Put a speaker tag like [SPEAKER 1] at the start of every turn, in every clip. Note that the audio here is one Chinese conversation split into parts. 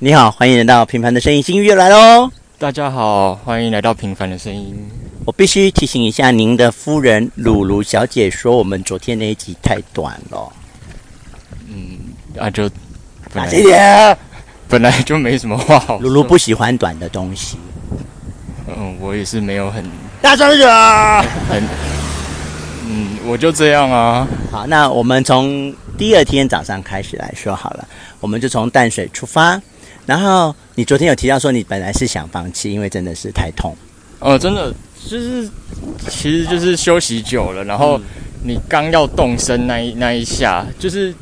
[SPEAKER 1] 你好，欢迎来到《平凡的声音新月》来喽！
[SPEAKER 2] 大家好，欢迎来到《平凡的声音
[SPEAKER 1] 我必须提醒一下您的夫人鲁鲁小姐说，我们昨天那一集太短了，》。
[SPEAKER 2] 啊，就本
[SPEAKER 1] 大
[SPEAKER 2] 来
[SPEAKER 1] 点。
[SPEAKER 2] 本来就没什么话好
[SPEAKER 1] 鲁
[SPEAKER 2] 说。
[SPEAKER 1] 鲁不喜欢短的东西，
[SPEAKER 2] 嗯，我也是没有很
[SPEAKER 1] 大声一点。
[SPEAKER 2] 很，嗯，我就这样啊。
[SPEAKER 1] 好，那我们从第二天早上开始来说好了，我们就从淡水出发。然后你昨天有提到说，你本来是想放弃，因为真的是太痛。
[SPEAKER 2] 哦，真的就是，其实就是休息久了，然
[SPEAKER 1] 嗯
[SPEAKER 2] 后你刚要动身那一那一下，就是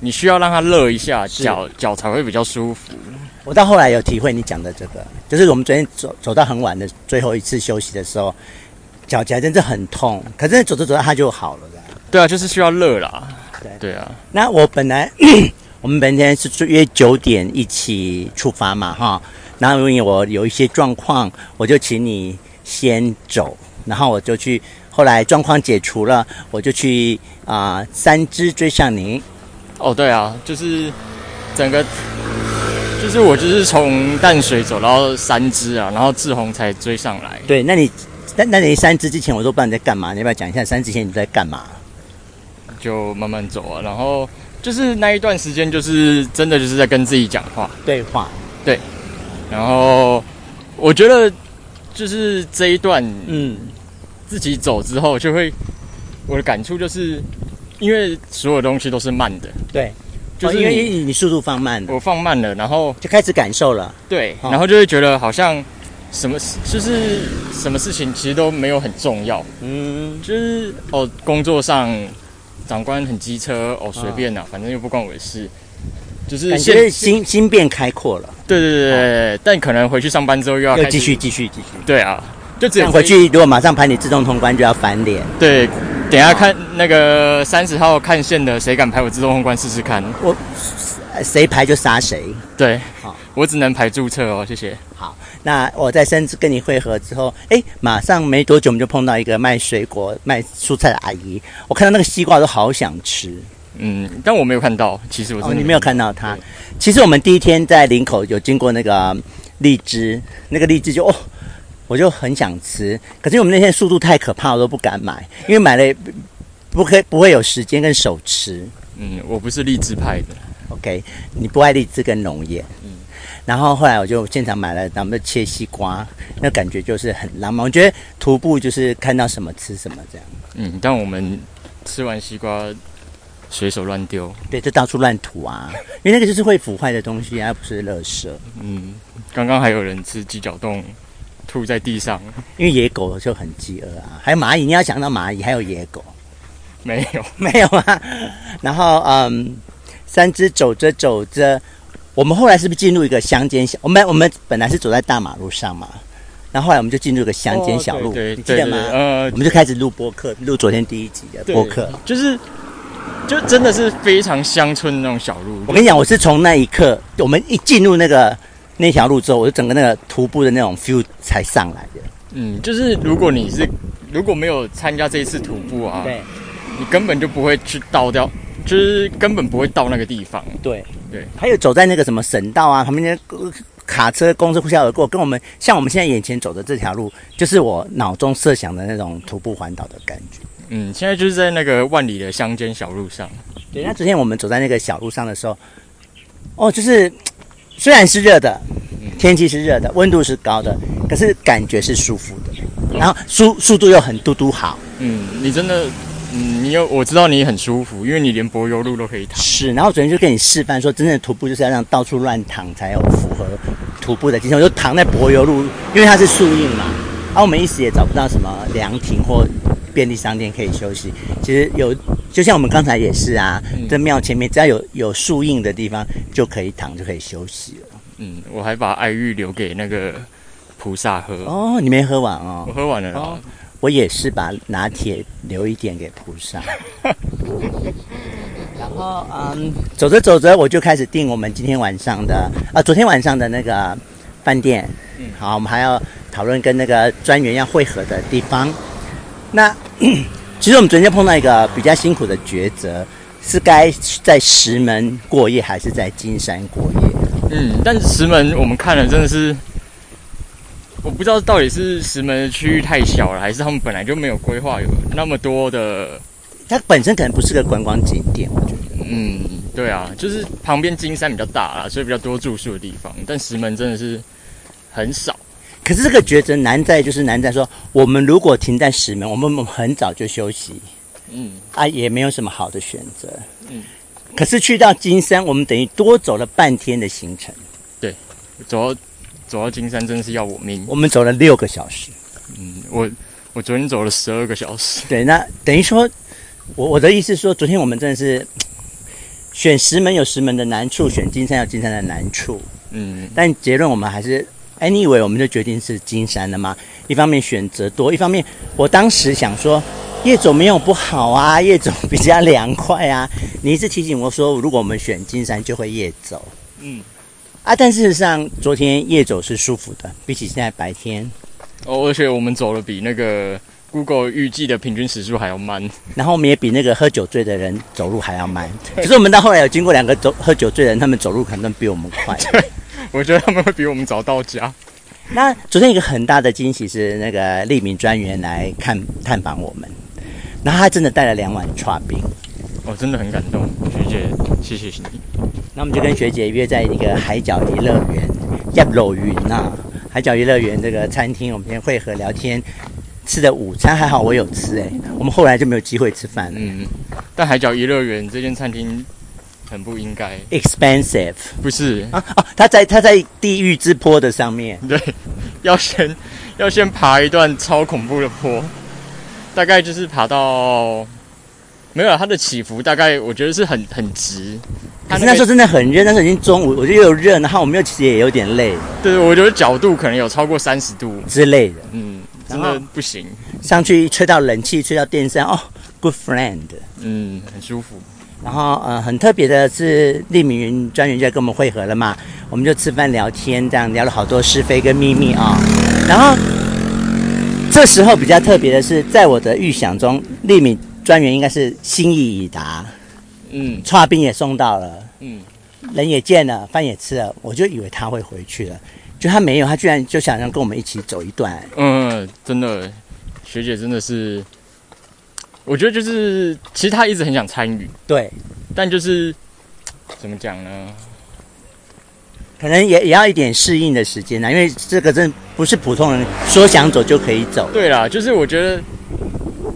[SPEAKER 2] 你需要让它热一下，
[SPEAKER 1] 是
[SPEAKER 2] 脚脚才会比较舒服。
[SPEAKER 1] 我到后来有体会你讲的这个，就是我们昨天走走到很晚的最后一次休息的时候，脚夹真的很痛，可是走着走着它就好了这样
[SPEAKER 2] 对啊，就是需要热啦。
[SPEAKER 1] 对
[SPEAKER 2] 对啊，
[SPEAKER 1] 那我本来 我们本天是约九点一起出发嘛哈，然后因为我有一些状况，我就请你先走，然后我就去，后来状况解除了，我就去啊、三只追上你，
[SPEAKER 2] 哦，对啊，就是整个，就是我就是从淡水走到三支啊，然后志宏才追上来。
[SPEAKER 1] 对，那你。那那你三只之前我都不知道你在干嘛，你要不要讲一下三只前你在干嘛？
[SPEAKER 2] 就慢慢走啊，然后就是那一段时间，就是真的就是在跟自己讲话，
[SPEAKER 1] 对话，
[SPEAKER 2] 然后我觉得就是这一段
[SPEAKER 1] 嗯，
[SPEAKER 2] 自己走之后，就会我的感触就是，因为所有东西都是慢的，
[SPEAKER 1] 对，
[SPEAKER 2] 就
[SPEAKER 1] 哦因
[SPEAKER 2] 是
[SPEAKER 1] 为
[SPEAKER 2] 你
[SPEAKER 1] 你你速度放慢了，
[SPEAKER 2] 我放慢了，然后
[SPEAKER 1] 就开始感受了。
[SPEAKER 2] 对，
[SPEAKER 1] 好
[SPEAKER 2] 然后就会觉得好像什么就是什么事情其实都没有很重要，
[SPEAKER 1] 嗯，
[SPEAKER 2] 就是哦，工作上长官很机车哦，随便啦、反正又不关我的事。就是
[SPEAKER 1] 啊感
[SPEAKER 2] 现
[SPEAKER 1] 觉心心变开阔了，
[SPEAKER 2] 对对对对对，但可能回去上班之后又要
[SPEAKER 1] 要
[SPEAKER 2] 开始
[SPEAKER 1] 继续继续继续。
[SPEAKER 2] 对啊，就只
[SPEAKER 1] 这样
[SPEAKER 2] 有
[SPEAKER 1] 回去，如果马上排你自动通关，就要翻脸。
[SPEAKER 2] 对。等一下看那个三十号看线的，谁敢排我自动通关试试看？
[SPEAKER 1] 呃谁排就杀谁。
[SPEAKER 2] 对
[SPEAKER 1] 好，
[SPEAKER 2] 我只能排注册哦，谢谢。
[SPEAKER 1] 那我在深圳跟你会合之后，哎，马上没多久我们就碰到一个卖水果、卖蔬菜的阿姨，我看到那个西瓜都好想吃。
[SPEAKER 2] 嗯，但我没有看到，其实我真
[SPEAKER 1] 哦，
[SPEAKER 2] 的
[SPEAKER 1] 你没有看到它。其实我们第一天在林口有经过那个荔枝，那个荔枝就哦，我就很想吃，可是我们那天速度太可怕，我都不敢买，因为买了也不不可以不会有时间跟手吃。
[SPEAKER 2] 嗯，我不是荔枝派的，
[SPEAKER 1] OK，你不爱荔枝跟龙眼。
[SPEAKER 2] 嗯
[SPEAKER 1] 然后后来我就现场买了，咱们就切西瓜，那感觉就是很浪漫。我觉得徒步就是看到什么吃什么这样，
[SPEAKER 2] 嗯，但我们吃完西瓜随手乱丢，
[SPEAKER 1] 对，就到处乱吐 啊，因为那个就是会腐坏的东西啊，又不是垃圾。
[SPEAKER 2] 嗯，刚刚还有人吃鸡脚冻吐在地上，
[SPEAKER 1] 因为野狗就很饥饿啊，还有蚂蚁，你要想到蚂蚁，还有野 狗，
[SPEAKER 2] 没有，
[SPEAKER 1] 没有啊？然后嗯，三只走着走着，我们后来是不是进入一个乡间小？我们我们本来是走在大马路上嘛，然后后来我们就进入一个乡间小路，
[SPEAKER 2] 哦对
[SPEAKER 1] 你记
[SPEAKER 2] 对
[SPEAKER 1] 得
[SPEAKER 2] 对
[SPEAKER 1] 吗？
[SPEAKER 2] 对，呃
[SPEAKER 1] 我，们就开始录播客，录昨天第一集的
[SPEAKER 2] 对
[SPEAKER 1] 播客。
[SPEAKER 2] 就是就真的是非常乡村那种小路，
[SPEAKER 1] 我跟你讲，我是从那一刻，我们一进入那个那条路之后，我就整个那个徒步的那种 feel 才上来的。
[SPEAKER 2] 嗯，就是如果你是如果没有参加这一次徒步啊，
[SPEAKER 1] 对
[SPEAKER 2] 你根本就不会去到掉，就是根本不会到那个地方。
[SPEAKER 1] 对
[SPEAKER 2] 对，
[SPEAKER 1] 还有走在那个什么省道啊，旁边那个卡车、公车呼啸而过，跟我们像我们现在眼前走的这条路，就是我脑中设想的那种徒步环岛的感觉。
[SPEAKER 2] 嗯，现在就是在那个万里的乡间小路上，
[SPEAKER 1] 对，那昨天我们走在那个小路上的时候，哦，就是虽然是热的，天气是热的，温度是高的，可是感觉是舒服的，然后速速度又很嘟嘟好，
[SPEAKER 2] 嗯，你真的，嗯，你有我知道你很舒服，因为你连柏油路都可以躺。
[SPEAKER 1] 是。然后昨天就跟你示范说，真正的徒步就是要让到处乱躺才有符合徒步的精神。我就躺在柏油路，因为它是树荫嘛，然、后我们一时也找不到什么凉亭或便利商店可以休息。其实有，就像我们刚才也是啊，在庙前面只要有有树荫的地方就可以躺，就可以休息了。
[SPEAKER 2] 嗯，我还把爱玉留给那个菩萨喝，
[SPEAKER 1] 哦，你没喝完哦
[SPEAKER 2] 我，喝完了啦。
[SPEAKER 1] 哦我也是把拿铁留一点给菩萨。 然后嗯，走着走着我就开始订我们今天晚上的啊，昨天晚上的那个饭店。嗯，好，我们还要讨论跟那个专员要会合的 地方。那其实我们昨天碰到一个比较辛苦的抉择，是该在石门过夜还是在金山过夜？
[SPEAKER 2] 嗯，但石门我们看了真的是，我不知道到底是石门的区域太小了，还是他们本来就没有规划有那么多的，
[SPEAKER 1] 它本身可能不是个观光景点，我觉得。
[SPEAKER 2] 嗯，对啊，就是旁边金山比较大啦，所以比较多住宿的地方，但石门真的是很少。
[SPEAKER 1] 可是这个抉择难在就是难在说，我们如果停在石门，我们很早就休息
[SPEAKER 2] 嗯，
[SPEAKER 1] 啊，也没有什么好的选择。
[SPEAKER 2] 嗯。
[SPEAKER 1] 可是去到金山，我们等于多走了半天的行程，
[SPEAKER 2] 走到走到金山真的是要我命。
[SPEAKER 1] 我们走了六个小时。
[SPEAKER 2] 嗯，我我昨天走了十二个小时。
[SPEAKER 1] 对，那等于说，我我的意思是说，昨天我们真的是选石门有石门的难处，选金山有金山的难处。
[SPEAKER 2] 嗯，
[SPEAKER 1] 但结论我们还是，anyway，我们就决定是金山了嘛。一方面选择多，一方面我当时想说，夜走没有不好啊，夜走比较凉快啊。你一直提醒我说，如果我们选金山就会夜走，
[SPEAKER 2] 嗯，
[SPEAKER 1] 啊，但事实上昨天夜走是舒服的，比起现在白天。
[SPEAKER 2] 哦，而且我们走的比那个 Google 预计的平均时速还要慢。
[SPEAKER 1] 然后我们也比那个喝酒醉的人走路还要慢，可是我们到后来有经过两个走喝酒醉的人，他们走路可能比我们快。
[SPEAKER 2] 我觉得他们会比我们早到家。
[SPEAKER 1] 那昨天有一个很大的惊喜是那个利民专员来看探访我们，然后他真的带了两碗串冰，
[SPEAKER 2] 哦，真的很感动，学姐，谢谢你。
[SPEAKER 1] 那我们就跟学姐约在一个海角娱乐园，亚楼云呐、海角娱乐园这个餐厅，我们先会合聊天。吃的午餐还好，我有吃哎、我们后来就没有机会吃饭了。
[SPEAKER 2] 嗯，但海角娱乐园这间餐厅很不应该，
[SPEAKER 1] Expensive
[SPEAKER 2] 不是？
[SPEAKER 1] 啊哦，他在他在地狱之坡的上面，
[SPEAKER 2] 对，要先 要先爬一段超恐怖的坡，大概就是爬到没有啦它的起伏，大概我觉得是很很直。它
[SPEAKER 1] 可是
[SPEAKER 2] 个
[SPEAKER 1] 那时候真的很热，那时候已经中午，我就又热，然后我们又其实也有点累
[SPEAKER 2] 对，我觉得角度可能有超过三十度，
[SPEAKER 1] 之类的，
[SPEAKER 2] 嗯，
[SPEAKER 1] 然
[SPEAKER 2] 真
[SPEAKER 1] 后
[SPEAKER 2] 的不行，
[SPEAKER 1] 上去吹到冷气，吹到电扇，哦，good friend。
[SPEAKER 2] 嗯，很舒服。
[SPEAKER 1] 然后呃，很特别的是，利敏云专员就在跟我们会合了嘛，我们就吃饭聊天，这样聊了好多是非跟秘密啊、然后这时候比较特别的是，在我的预想中，利敏专员应该是心意已达，
[SPEAKER 2] 嗯
[SPEAKER 1] 差冰也送到了，
[SPEAKER 2] 嗯，
[SPEAKER 1] 人也见了，饭也吃了，我就以为他会回去了，就他没有，他居然就想要跟我们一起走一段。
[SPEAKER 2] 嗯，真的，学姐真的是，我觉得就是其实她一直很想参与，
[SPEAKER 1] 对，
[SPEAKER 2] 但就是怎么讲呢？
[SPEAKER 1] 可能也也要一点适应的时间啊呢，因为这个真的不是普通人说想走就可以走。
[SPEAKER 2] 对啦，就是我觉得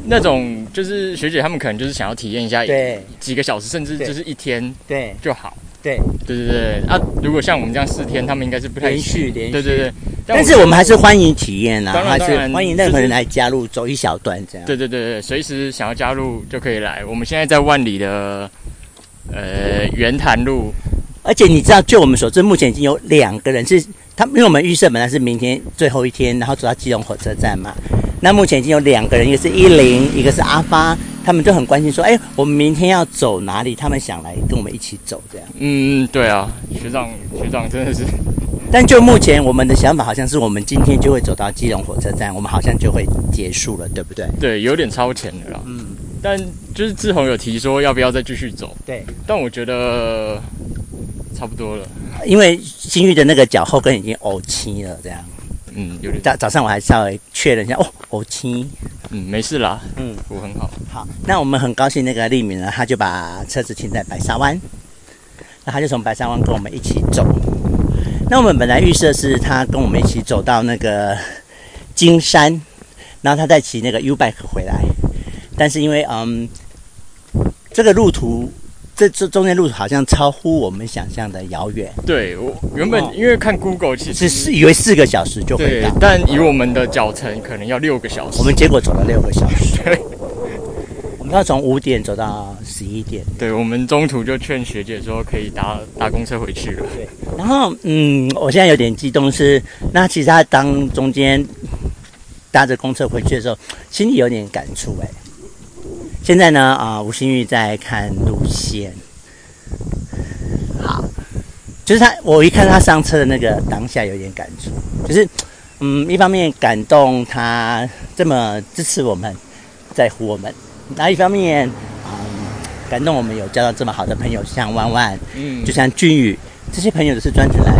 [SPEAKER 2] 那种就是学姐她们可能就是想要体验一下
[SPEAKER 1] 对
[SPEAKER 2] 几个小时，甚至
[SPEAKER 1] 对
[SPEAKER 2] 就是一天
[SPEAKER 1] 对
[SPEAKER 2] 就好。
[SPEAKER 1] 对，
[SPEAKER 2] 对对对啊！如果像我们这样四天，他们应该是不太
[SPEAKER 1] 连续连续
[SPEAKER 2] 对对对，
[SPEAKER 1] 但是我们还是欢迎体验啊，
[SPEAKER 2] 当然
[SPEAKER 1] 还是
[SPEAKER 2] 当然
[SPEAKER 1] 欢迎任何人来加入，走一小段这样。
[SPEAKER 2] 对对对对，随时想要加入就可以来。我们现在在万里的呃圆潭路，
[SPEAKER 1] 而且你知道，就我们所知，目前已经有两个人是他，因为我们预设本来是明天最后一天，然后走到基隆火车站嘛。那目前已经有两个人，一个是依林，一个是阿发，他们就很关心说，哎，我们明天要走哪里？他们想来跟我们一起走这样。
[SPEAKER 2] 嗯，对啊，学长学长真的是，
[SPEAKER 1] 但就目前我们的想法，好像是我们今天就会走到基隆火车站，我们好像就会结束了，对不对？
[SPEAKER 2] 对，有点超前了啦。
[SPEAKER 1] 嗯，
[SPEAKER 2] 但就是志宏有提说要不要再继续走，
[SPEAKER 1] 对，
[SPEAKER 2] 但我觉得差不多了，
[SPEAKER 1] 因为新玉的那个脚后跟已经呕青了，这样。
[SPEAKER 2] 嗯，有点，
[SPEAKER 1] 早早上我还稍微确认一下，哦，哦亲，
[SPEAKER 2] 嗯，没事啦，
[SPEAKER 1] 嗯，
[SPEAKER 2] 我很好，
[SPEAKER 1] 好，那我们很高兴那个利敏呢，他就把车子停在白沙湾，那他就从白沙湾跟我们一起走。那我们本来预设是他跟我们一起走到那个金山，然后他再骑那个 U bike 回来，但是因为嗯，这个路途这这中间路途好像超乎我们想象的遥远，
[SPEAKER 2] 对我原本
[SPEAKER 1] 哇
[SPEAKER 2] 因为看 Google 其
[SPEAKER 1] 是
[SPEAKER 2] 实
[SPEAKER 1] 是以为四个小时就会
[SPEAKER 2] 对
[SPEAKER 1] 到，，
[SPEAKER 2] 但以我们的脚程可能要六个小时，
[SPEAKER 1] 我们结果走了六个小时。
[SPEAKER 2] 对，
[SPEAKER 1] 我们要从五点走到十一点，
[SPEAKER 2] 对我们中途就劝学姐说可以搭搭公车回去了。
[SPEAKER 1] 然后嗯，我现在有点激动是，那其实他当中间搭着公车回去的时候，心里有点感触哎。现在呢啊、吴新玉在看路线，好，就是他，我一看他上车的那个当下有点感触，就是嗯，一方面感动他这么支持我们，在乎我们，然后一方面嗯，感动我们有交到这么好的朋友，像弯弯，
[SPEAKER 2] 嗯
[SPEAKER 1] 就像俊宇这些朋友，都是专程来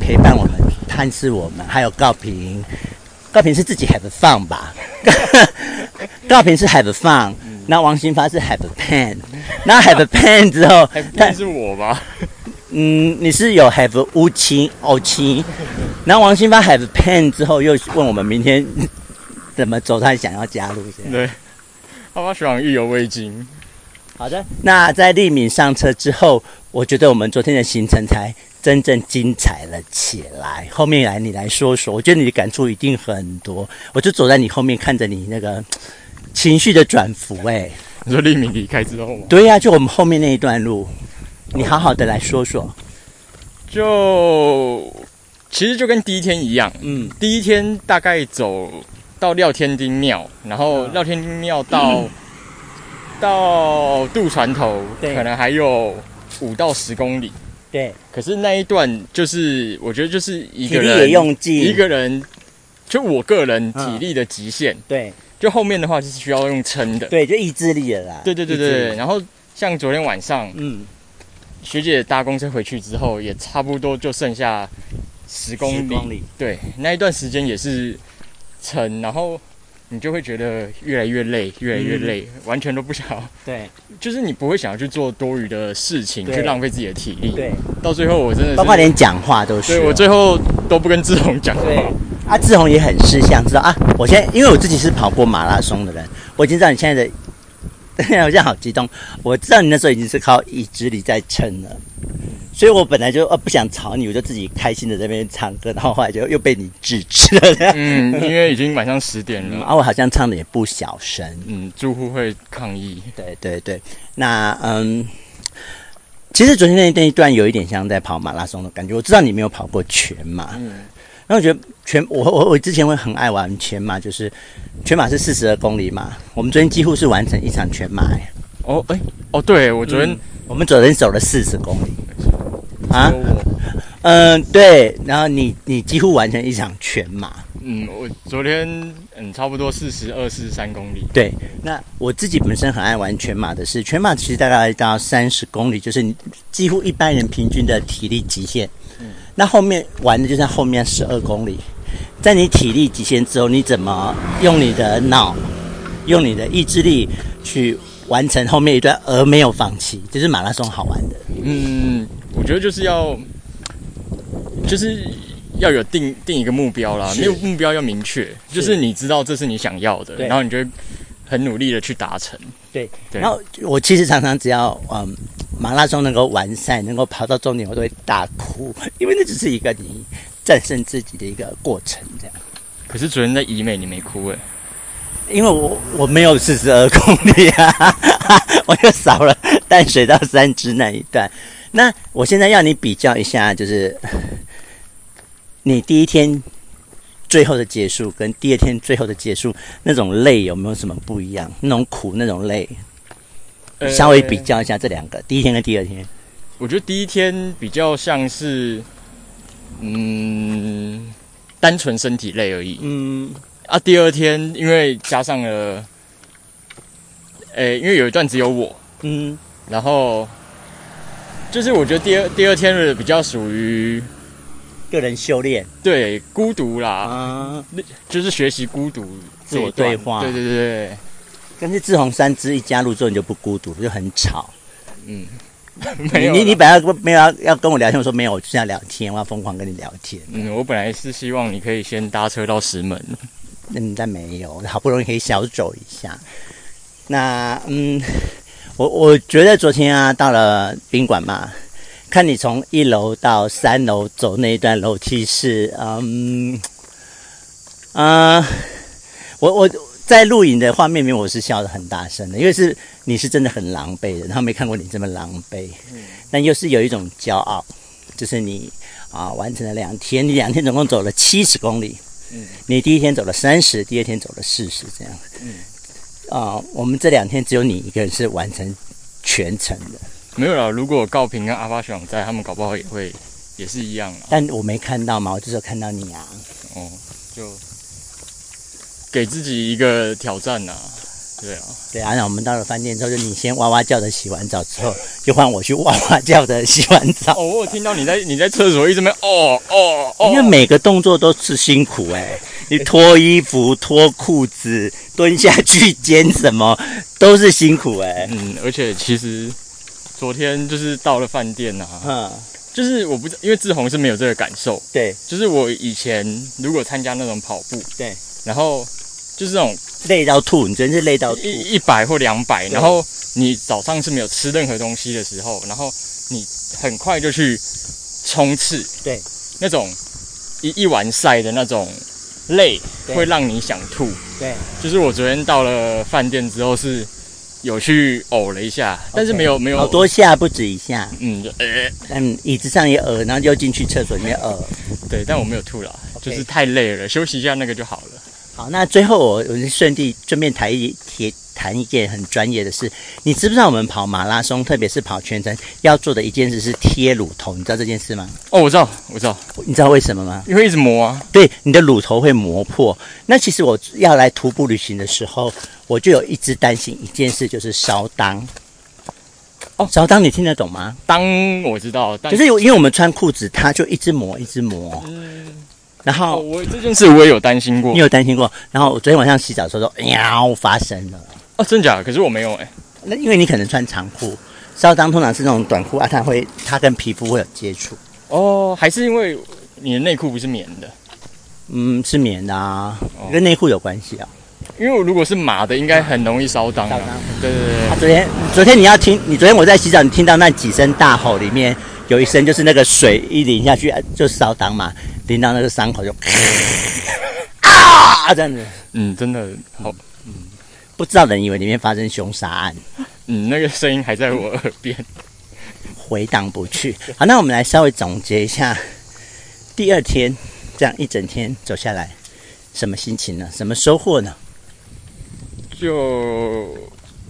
[SPEAKER 1] 陪伴我们、探视我们，还有高平。高平是自己 have fun 吧？ 高平是 have fun，那王新发是 have pen，那 have pen 之后
[SPEAKER 2] 还，不
[SPEAKER 1] 他
[SPEAKER 2] 是我吧？
[SPEAKER 1] 嗯，你是有 have 乌青欧青，然后王新发 have pen 之后，又问我们明天怎么走，他想要加入这样。
[SPEAKER 2] 对，阿巴学长意犹未尽。
[SPEAKER 1] 好的，那在丽敏上车之后，我觉得我们昨天的行程才真正精彩了起来。后面来你来说说，我觉得你的感触一定很多。我就走在你后面，看着你那个情绪的转幅、哎，
[SPEAKER 2] 你说丽敏离开之后吗？
[SPEAKER 1] 对呀、就我们后面那一段路，你好好的来说说。
[SPEAKER 2] 就其实就跟第一天一样，
[SPEAKER 1] 嗯
[SPEAKER 2] 第一天大概走到廖天丁庙，然后
[SPEAKER 1] 嗯
[SPEAKER 2] 廖天丁庙 到、到渡船头，
[SPEAKER 1] 对
[SPEAKER 2] 可能还有五到十公里。
[SPEAKER 1] 对，
[SPEAKER 2] 可是那一段就是，我觉得就是一
[SPEAKER 1] 体
[SPEAKER 2] 个
[SPEAKER 1] 力
[SPEAKER 2] 人
[SPEAKER 1] 也用尽，
[SPEAKER 2] 一个人，就我个人
[SPEAKER 1] 嗯
[SPEAKER 2] 体力的极限，
[SPEAKER 1] 对
[SPEAKER 2] 就后面的话是需要用撑的。
[SPEAKER 1] 对，就意志力了啦。
[SPEAKER 2] 对对对
[SPEAKER 1] 意
[SPEAKER 2] 对
[SPEAKER 1] 志
[SPEAKER 2] 对。
[SPEAKER 1] 力，
[SPEAKER 2] 然后像昨天晚上
[SPEAKER 1] 嗯，
[SPEAKER 2] 学姐搭公车回去之后，也差不多就剩下十公里。
[SPEAKER 1] 10公里
[SPEAKER 2] 对，那一段时间也是撑，然后你就会觉得越来越累，越来越
[SPEAKER 1] 嗯
[SPEAKER 2] 累，完全都不想要，
[SPEAKER 1] 对
[SPEAKER 2] 就是你不会想要去做多余的事情，
[SPEAKER 1] 对
[SPEAKER 2] 去浪费自己的体力。
[SPEAKER 1] 对，
[SPEAKER 2] 到最后我真的是
[SPEAKER 1] 包括连讲话都是哦。
[SPEAKER 2] 对我最后都不跟志宏讲话。
[SPEAKER 1] 对，啊，志宏也很识相，知道啊。我现在因为我自己是跑过马拉松的人，我已经知道你现在的， 我现在好激动。我知道你那时候已经是靠意志力在撑了，所以我本来就呃不想吵你，我就自己开心的在那边唱歌，然后后来就又被你制止了。
[SPEAKER 2] 嗯，因为已经晚上十点了，
[SPEAKER 1] 啊，我好像唱的也不小声。
[SPEAKER 2] 嗯，住户会抗议。
[SPEAKER 1] 对对对，那嗯，其实昨天那那一段有一点像在跑马拉松的感觉。我知道你没有跑过全马，
[SPEAKER 2] 嗯，
[SPEAKER 1] 然后我觉得全我我我之前会很爱玩全马，就是全马是四十二公里嘛，我们昨天几乎是完成一场全马、哎
[SPEAKER 2] 哦，哎、哦，对我昨天、
[SPEAKER 1] 嗯我们昨天走了四十公里啊
[SPEAKER 2] 说，我，
[SPEAKER 1] 嗯，对，然后你你几乎完成一场全马，
[SPEAKER 2] 嗯，我昨天嗯差不多四十二、四十三公里。
[SPEAKER 1] 对，那我自己本身很爱玩全马的是，全马其实大概到三十公里，就是你几乎一般人平均的体力极限。那后面玩的就是后面十二公里，在你体力极限之后，你怎么用你的脑，用你的意志力去完成后面一段，而没有放弃，这、是马拉松好玩的。
[SPEAKER 2] 嗯，我觉得就是要，就是要有定定一个目标啦，
[SPEAKER 1] 是
[SPEAKER 2] 没有目标要明确，就是你知道这是你想要的，
[SPEAKER 1] 对
[SPEAKER 2] 然后你就会很努力的去达成。
[SPEAKER 1] 对，
[SPEAKER 2] 对
[SPEAKER 1] 然后我其实常常只要嗯马拉松能够完赛，能够跑到终点，我都会大哭，因为那只是一个你战胜自己的一个过程，这样。
[SPEAKER 2] 可是昨天在怡美你没哭哎、
[SPEAKER 1] 因为我我没有四十二公里啊， 我又少了淡水到三支那一段。那我现在要你比较一下，就是你第一天最后的结束跟第二天最后的结束那种累有没有什么不一样？那种苦那种累，
[SPEAKER 2] 呃
[SPEAKER 1] 稍微比较一下这两个，第一天跟第二天。
[SPEAKER 2] 我觉得第一天比较像是，嗯，单纯身体累而已
[SPEAKER 1] 嗯，
[SPEAKER 2] 啊。第二天因为加上了，诶、因为有一段只有我，
[SPEAKER 1] 嗯，
[SPEAKER 2] 然后就是我觉得第二第二天的比较属于
[SPEAKER 1] 个人修炼
[SPEAKER 2] 对孤独啦，
[SPEAKER 1] 啊，
[SPEAKER 2] 就是学习孤独这
[SPEAKER 1] 自
[SPEAKER 2] 一段
[SPEAKER 1] 我对话
[SPEAKER 2] 对对对对，
[SPEAKER 1] 但是志宏三支一加入之后你就不孤独，就很吵。
[SPEAKER 2] 嗯， 没
[SPEAKER 1] 你
[SPEAKER 2] 有
[SPEAKER 1] 你你
[SPEAKER 2] 啦
[SPEAKER 1] 本来不没有要要跟我聊天，我说没有，我就是要聊天，我要疯狂跟你聊天。
[SPEAKER 2] 嗯，我本来是希望你可以先搭车到石门，
[SPEAKER 1] 嗯，但没有，好不容易可以小走一下。那嗯，我我觉得昨天啊，到了宾馆嘛，看你从一楼到三楼走那一段楼梯是嗯啊、呃我我在录影的画面里面，我是笑得很大声的，因为是你是真的很狼狈的，然后没看过你这么狼狈，但又是有一种骄傲，就是你啊、完成了两天，你两天总共走了七十公里。你第一天走了三十，第二天走了四十，这样。嗯。啊、我们这两天只有你一个人是完成全程的，
[SPEAKER 2] 没有啦。如果高平跟阿巴学长在，他们搞不好也会也是一样啦。
[SPEAKER 1] 但我没看到嘛，我就是有看到你啊。
[SPEAKER 2] 哦，就给自己一个挑战呐、对啊，
[SPEAKER 1] 对啊，那我们到了饭店之后，就你先哇哇叫的洗完澡之 后，就换我去哇哇叫的洗完澡。
[SPEAKER 2] 哦，我有听到你在你在厕所一直没哦哦哦，
[SPEAKER 1] 因为每个动作都是辛苦哎、你脱衣服、脱裤子、蹲下去煎什么， 都是辛苦哎、
[SPEAKER 2] 嗯，而且其实昨天就是到了饭店啊，
[SPEAKER 1] 嗯，
[SPEAKER 2] 就是我不知因为志宏是没有这个感受，
[SPEAKER 1] 对，
[SPEAKER 2] 就是我以前如果参加那种跑步，
[SPEAKER 1] 对，
[SPEAKER 2] 然后就是那种
[SPEAKER 1] 累到吐，你真是累到吐。
[SPEAKER 2] 一一百或两百，
[SPEAKER 1] 对
[SPEAKER 2] 然后你早上是没有吃任何东西的时候，然后你很快就去冲刺，
[SPEAKER 1] 对，
[SPEAKER 2] 那种一一完赛的那种累
[SPEAKER 1] 对
[SPEAKER 2] 会让你想吐。
[SPEAKER 1] 对，
[SPEAKER 2] 就是我昨天到了饭店之后是有去呕了一下，但是没有没有
[SPEAKER 1] 好多下不止一下，
[SPEAKER 2] 嗯，就呃，
[SPEAKER 1] 嗯，椅子上也呕，然后又进去厕所里面呃呕。
[SPEAKER 2] 对，但我没有吐啦，
[SPEAKER 1] OK
[SPEAKER 2] 就是太累了，休息一下那个就好了。
[SPEAKER 1] 好，那最后我我顺地顺便谈一提谈一件很专业的事，你知不知道我们跑马拉松，特别是跑全程要做的一件事是贴乳头，你知道这件事吗？
[SPEAKER 2] 哦，我知道，我知道，
[SPEAKER 1] 你知道为什么吗？
[SPEAKER 2] 因为一直磨啊，
[SPEAKER 1] 对，你的乳头会磨破。那其实我要来徒步旅行的时候，我就有一直担心一件事，就是烧裆。
[SPEAKER 2] 哦
[SPEAKER 1] 烧裆你听得懂吗？
[SPEAKER 2] 当我知道，但
[SPEAKER 1] 就是有因为我们穿裤子，它就一直磨，一直磨。
[SPEAKER 2] 嗯，
[SPEAKER 1] 然
[SPEAKER 2] 哦，
[SPEAKER 1] 后
[SPEAKER 2] 我这件事我也有担心过
[SPEAKER 1] 你。有担心过？然后我昨天晚上洗澡的时候说，哎呀，发生了。
[SPEAKER 2] 哦，真假的？可是我没有哎、
[SPEAKER 1] 那因为你可能穿长裤，烧裆通常是那种短裤啊，它会它跟皮肤会有接触。
[SPEAKER 2] 哦，还是因为你的内裤不是棉的，
[SPEAKER 1] 嗯，是棉的啊，
[SPEAKER 2] 哦
[SPEAKER 1] 跟内裤有关系啊。
[SPEAKER 2] 因为如果是麻的，应该很容易烧裆、
[SPEAKER 1] 烧裆
[SPEAKER 2] 啊。对对对
[SPEAKER 1] 啊，昨天昨天你要听，你昨天我在洗澡，你听到那几声大吼里面有一声就是那个水一淋下去啊就烧裆嘛，淋到那个伤口就 啊这样子，
[SPEAKER 2] 嗯，真的好，
[SPEAKER 1] 不知道的人以为里面发生凶杀案，
[SPEAKER 2] 嗯，那个声音还在我耳边。
[SPEAKER 1] 回荡不去。好，那我们来稍微总结一下，第二天这样一整天走下来，什么心情呢？什么收获呢？
[SPEAKER 2] 就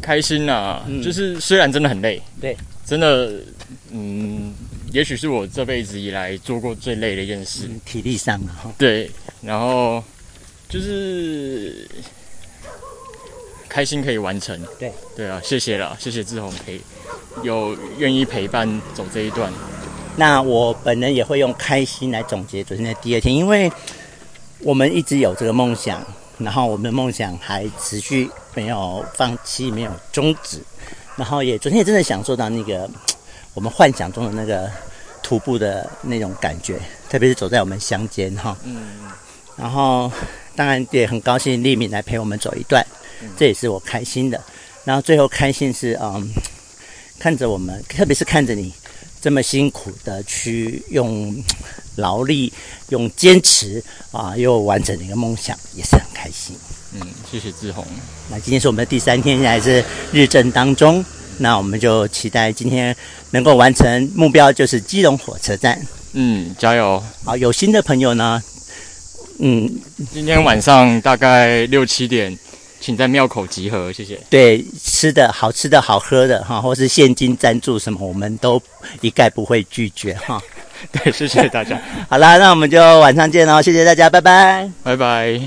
[SPEAKER 2] 开心啦、
[SPEAKER 1] 嗯
[SPEAKER 2] 就是虽然真的很累，
[SPEAKER 1] 对，
[SPEAKER 2] 真的，嗯，也许是我这辈子以来做过最累的一件事，
[SPEAKER 1] 嗯体力上啊，哈
[SPEAKER 2] 对，然后就是开心可以完成，
[SPEAKER 1] 对，
[SPEAKER 2] 对啊，谢谢啦，谢谢志宏陪有愿意陪伴走这一段，
[SPEAKER 1] 那我本人也会用开心来总结昨天的第二天，因为我们一直有这个梦想，然后我们的梦想还持续没有放弃，没有终止，然后也昨天也真的享受到那个我们幻想中的那个徒步的那种感觉，特别是走在我们乡间哈，
[SPEAKER 2] 嗯，
[SPEAKER 1] 然后当然也很高兴丽敏来陪我们走一段，这也是我开心的。然后最后开心是嗯，看着我们，特别是看着你这么辛苦的去用嗯劳力、用坚持啊，又完成了一个梦想，也是很开心。
[SPEAKER 2] 嗯，谢谢志宏，
[SPEAKER 1] 那今天是我们的第三天，现在是日正当中。那我们就期待今天能够完成目标，就是基隆火车站。
[SPEAKER 2] 嗯，加油！
[SPEAKER 1] 好，有心的朋友呢，嗯，
[SPEAKER 2] 今天晚上大概六七点，请在庙口集合，谢谢。
[SPEAKER 1] 对吃的好吃的好喝的哈，或是现金赞助什么，我们都一概不会拒绝哈。
[SPEAKER 2] 对，谢谢大家，
[SPEAKER 1] 哦好啦，那我们就晚上见喽，谢谢大家，拜拜。
[SPEAKER 2] 拜拜。